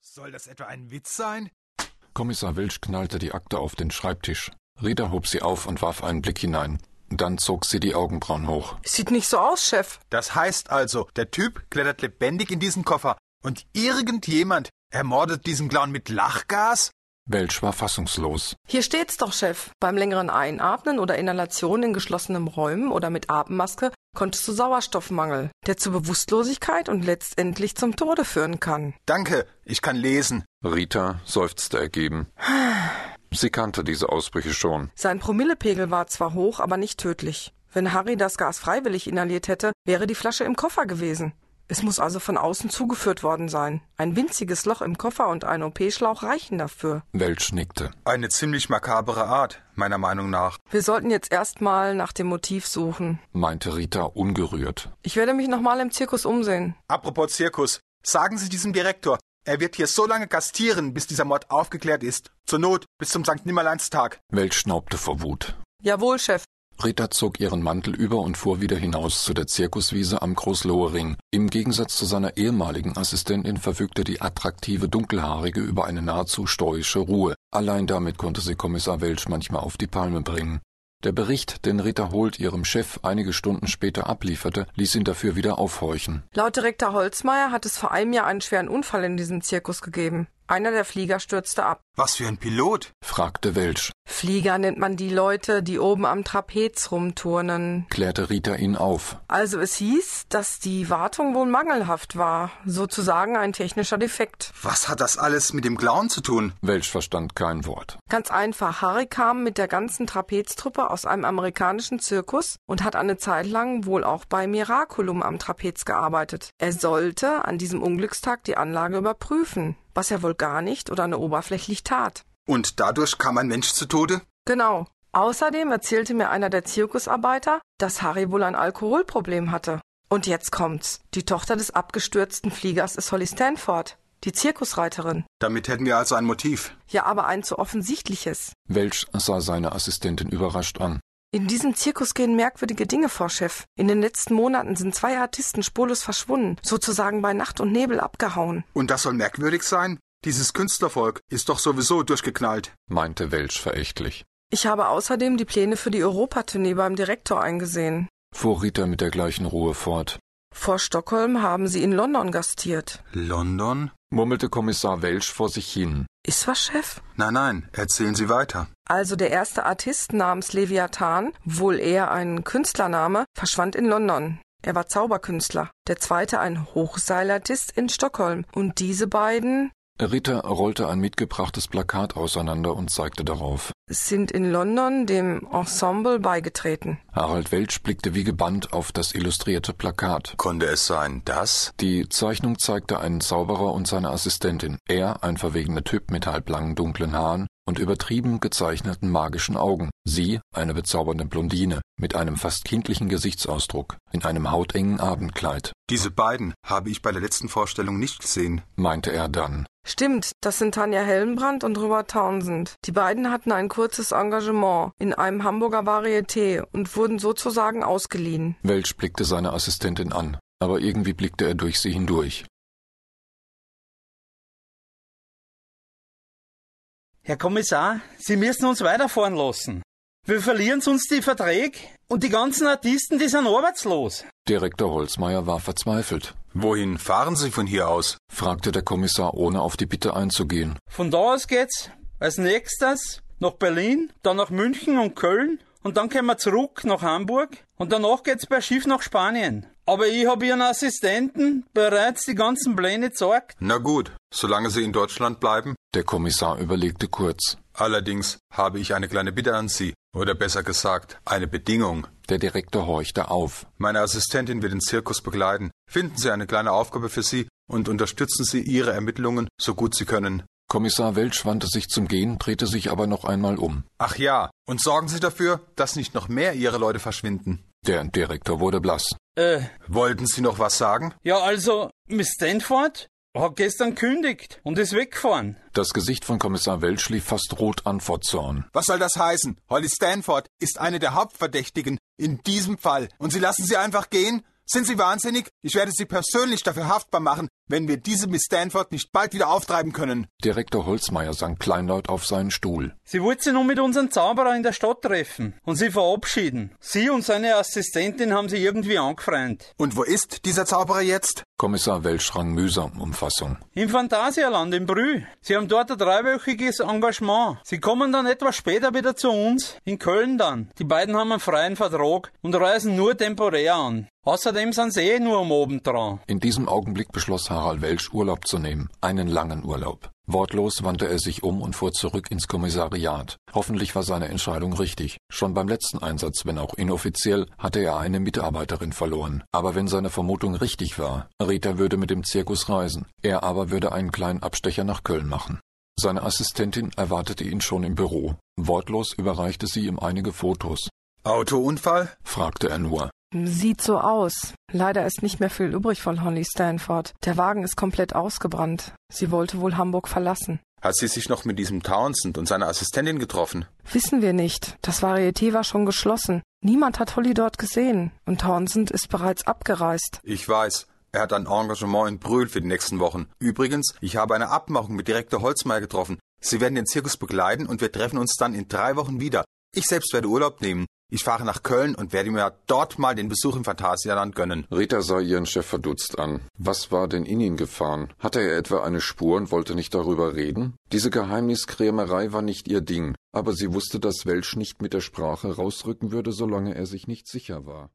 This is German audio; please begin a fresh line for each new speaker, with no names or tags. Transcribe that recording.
Soll das etwa ein Witz sein?
Kommissar Wilsch knallte die Akte auf den Schreibtisch. Rita hob sie auf und warf einen Blick hinein. Dann zog sie die Augenbrauen hoch.
Sieht nicht so aus, Chef.
Das heißt also, der Typ klettert lebendig in diesen Koffer und irgendjemand ermordet diesen Clown mit Lachgas?
Welsch war fassungslos.
Hier steht's doch, Chef. Beim längeren Einatmen oder Inhalation in geschlossenen Räumen oder mit Atemmaske kommt es zu Sauerstoffmangel, der zu Bewusstlosigkeit und letztendlich zum Tode führen kann.
Danke, ich kann lesen.
Rita seufzte ergeben. Sie kannte diese Ausbrüche schon.
Sein Promillepegel war zwar hoch, aber nicht tödlich. Wenn Harry das Gas freiwillig inhaliert hätte, wäre die Flasche im Koffer gewesen. Es muss also von außen zugeführt worden sein. Ein winziges Loch im Koffer und ein OP-Schlauch reichen dafür.
Welsch nickte.
Eine ziemlich makabere Art, meiner Meinung nach.
Wir sollten jetzt erstmal nach dem Motiv suchen.
meinte Rita ungerührt.
Ich werde mich nochmal im Zirkus umsehen.
Apropos Zirkus, sagen Sie diesem Direktor, er wird hier so lange gastieren, bis dieser Mord aufgeklärt ist. Zur Not bis zum St. Nimmerleinstag.
Welsch schnaubte vor Wut.
Jawohl, Chef.
Rita zog ihren Mantel über und fuhr wieder hinaus zu der Zirkuswiese am Großlohering. Im Gegensatz zu seiner ehemaligen Assistentin verfügte die attraktive Dunkelhaarige über eine nahezu stoische Ruhe. Allein damit konnte sie Kommissar Welsch manchmal auf die Palme bringen. Der Bericht, den Rita Holt ihrem Chef einige Stunden später ablieferte, ließ ihn dafür wieder aufhorchen.
Laut Direktor Holzmeier hat es vor einem Jahr einen schweren Unfall in diesem Zirkus gegeben. Einer der Flieger stürzte ab.
Was für ein Pilot?
fragte Welsch,
Flieger nennt man die Leute, die oben am Trapez rumturnen.
klärte Rita ihn auf.
Also es hieß, dass die Wartung wohl mangelhaft war, sozusagen ein technischer Defekt.
Was hat das alles mit dem Clown zu tun?
Welsch verstand kein Wort.
Ganz einfach, Harry kam mit der ganzen Trapeztruppe aus einem amerikanischen Zirkus und hat eine Zeit lang wohl auch bei Miraculum am Trapez gearbeitet. Er sollte an diesem Unglückstag die Anlage überprüfen, was er wohl gar nicht oder nur oberflächlich tat.
Und dadurch kam ein Mensch zu Tode?
Genau. Außerdem erzählte mir einer der Zirkusarbeiter, dass Harry wohl ein Alkoholproblem hatte. Und jetzt kommt's. Die Tochter des abgestürzten Fliegers ist Holly Stanford, die Zirkusreiterin.
Damit hätten wir also ein Motiv.
Ja, aber ein zu offensichtliches.
Welsch sah seine Assistentin überrascht an.
In diesem Zirkus gehen merkwürdige Dinge vor, Chef. In den letzten Monaten sind zwei Artisten spurlos verschwunden, sozusagen bei Nacht und Nebel abgehauen.
Und das soll merkwürdig sein? Dieses Künstlervolk ist doch sowieso durchgeknallt.
meinte Welsch verächtlich,
Ich habe außerdem die Pläne für die Europatournee beim Direktor eingesehen.
fuhr Rita mit der gleichen Ruhe fort,
Vor Stockholm haben sie in London gastiert.
London?
murmelte Kommissar Welsch vor sich hin.
Ist was, Chef?
Nein, nein, erzählen Sie weiter.
Also der erste Artist namens Leviathan, wohl eher ein Künstlername, verschwand in London. Er war Zauberkünstler. Der zweite ein Hochseilartist in Stockholm. Und diese beiden
Rita rollte ein mitgebrachtes Plakat auseinander und zeigte darauf.
sind in London dem Ensemble beigetreten.
Harald Welsch blickte wie gebannt auf das illustrierte Plakat.
Konnte es sein, dass?
Die Zeichnung zeigte einen Zauberer und seine Assistentin. Er, ein verwegener Typ mit halblangen dunklen Haaren und übertrieben gezeichneten magischen Augen. Sie, eine bezaubernde Blondine mit einem fast kindlichen Gesichtsausdruck in einem hautengen Abendkleid,
Diese beiden habe ich bei der letzten Vorstellung nicht gesehen.
meinte er dann.
Stimmt, das sind Tanja Hellenbrand und Robert Townsend. Die beiden hatten ein kurzes Engagement in einem Hamburger Varieté und wurden sozusagen ausgeliehen.
Welch blickte seine Assistentin an, aber irgendwie blickte er durch sie hindurch.
Herr Kommissar, Sie müssen uns weiterfahren lassen. Wir verlieren sonst die Verträge und die ganzen Artisten, die sind arbeitslos.
Direktor Holzmeier war verzweifelt,
Wohin fahren Sie von hier aus?
fragte der Kommissar, ohne auf die Bitte einzugehen.
Von da aus geht's als nächstes nach Berlin, dann nach München und Köln und dann kommen wir zurück nach Hamburg und danach geht's per Schiff nach Spanien. Aber ich habe Ihren Assistenten bereits die ganzen Pläne gezeigt.
Na gut, solange Sie in Deutschland bleiben.
Der Kommissar überlegte kurz.
Allerdings habe ich eine kleine Bitte an Sie, oder besser gesagt, eine Bedingung.
Der Direktor horchte auf.
Meine Assistentin wird den Zirkus begleiten. Finden Sie eine kleine Aufgabe für Sie und unterstützen Sie Ihre Ermittlungen so gut Sie können.
Kommissar Welsch wandte sich zum Gehen, drehte sich aber noch einmal um.
Ach ja, und sorgen Sie dafür, dass nicht noch mehr Ihre Leute verschwinden.
Der Direktor wurde blass.
Äh,
Wollten Sie noch was sagen?
ja also, Miss Stanford hat gestern kündigt und ist weggefahren.
Das Gesicht von Kommissar Welsch lief fast rot an vor Zorn.
Was soll das heißen? Holly Stanford ist eine der Hauptverdächtigen in diesem Fall. Und Sie lassen sie einfach gehen? Sind Sie wahnsinnig? Ich werde Sie persönlich dafür haftbar machen, wenn wir diese Miss Stanford nicht bald wieder auftreiben können.
Direktor Holzmeier sank kleinlaut auf seinen Stuhl.
Sie wollte sie nun mit unserem Zauberer in der Stadt treffen und sie verabschieden. Sie und seine Assistentin haben sie irgendwie angefreundet.
Und wo ist dieser Zauberer jetzt?
Kommissar Welsch rang mühsam um Fassung.
Im Phantasialand in Brü. Sie haben dort ein dreiwöchiges Engagement. Sie kommen dann etwas später wieder zu uns, in Köln dann. Die beiden haben einen freien Vertrag und reisen nur temporär an. Außerdem sind sie eh nur am Oben dran.
In diesem Augenblick beschloss Harald Welsch, Urlaub zu nehmen. Einen langen Urlaub. Wortlos wandte er sich um und fuhr zurück ins Kommissariat. Hoffentlich war seine Entscheidung richtig. Schon beim letzten Einsatz, wenn auch inoffiziell, hatte er eine Mitarbeiterin verloren. Aber wenn seine Vermutung richtig war, Rita würde mit dem Zirkus reisen. Er aber würde einen kleinen Abstecher nach Köln machen. Seine Assistentin erwartete ihn schon im Büro. Wortlos überreichte sie ihm einige Fotos.
Autounfall?
Fragte er nur.
Sieht so aus. Leider ist nicht mehr viel übrig von Holly Stanford. Der Wagen ist komplett ausgebrannt. Sie wollte wohl Hamburg verlassen.
Hat sie sich noch mit diesem Townsend und seiner Assistentin getroffen?
Wissen wir nicht. Das Varieté war schon geschlossen. Niemand hat Holly dort gesehen. Und Townsend ist bereits abgereist.
Ich weiß. Er hat ein Engagement in Brühl für die nächsten Wochen. Übrigens, ich habe eine Abmachung mit Direktor Holzmeier getroffen. Sie werden den Zirkus begleiten und wir treffen uns dann in drei Wochen wieder. Ich selbst werde Urlaub nehmen. Ich fahre nach Köln und werde mir dort mal den Besuch im Phantasialand gönnen.
Rita sah ihren Chef verdutzt an. Was war denn in ihn gefahren? Hatte er etwa eine Spur und wollte nicht darüber reden? Diese Geheimniskrämerei war nicht ihr Ding, aber sie wusste, dass Welsch nicht mit der Sprache rausrücken würde, solange er sich nicht sicher war.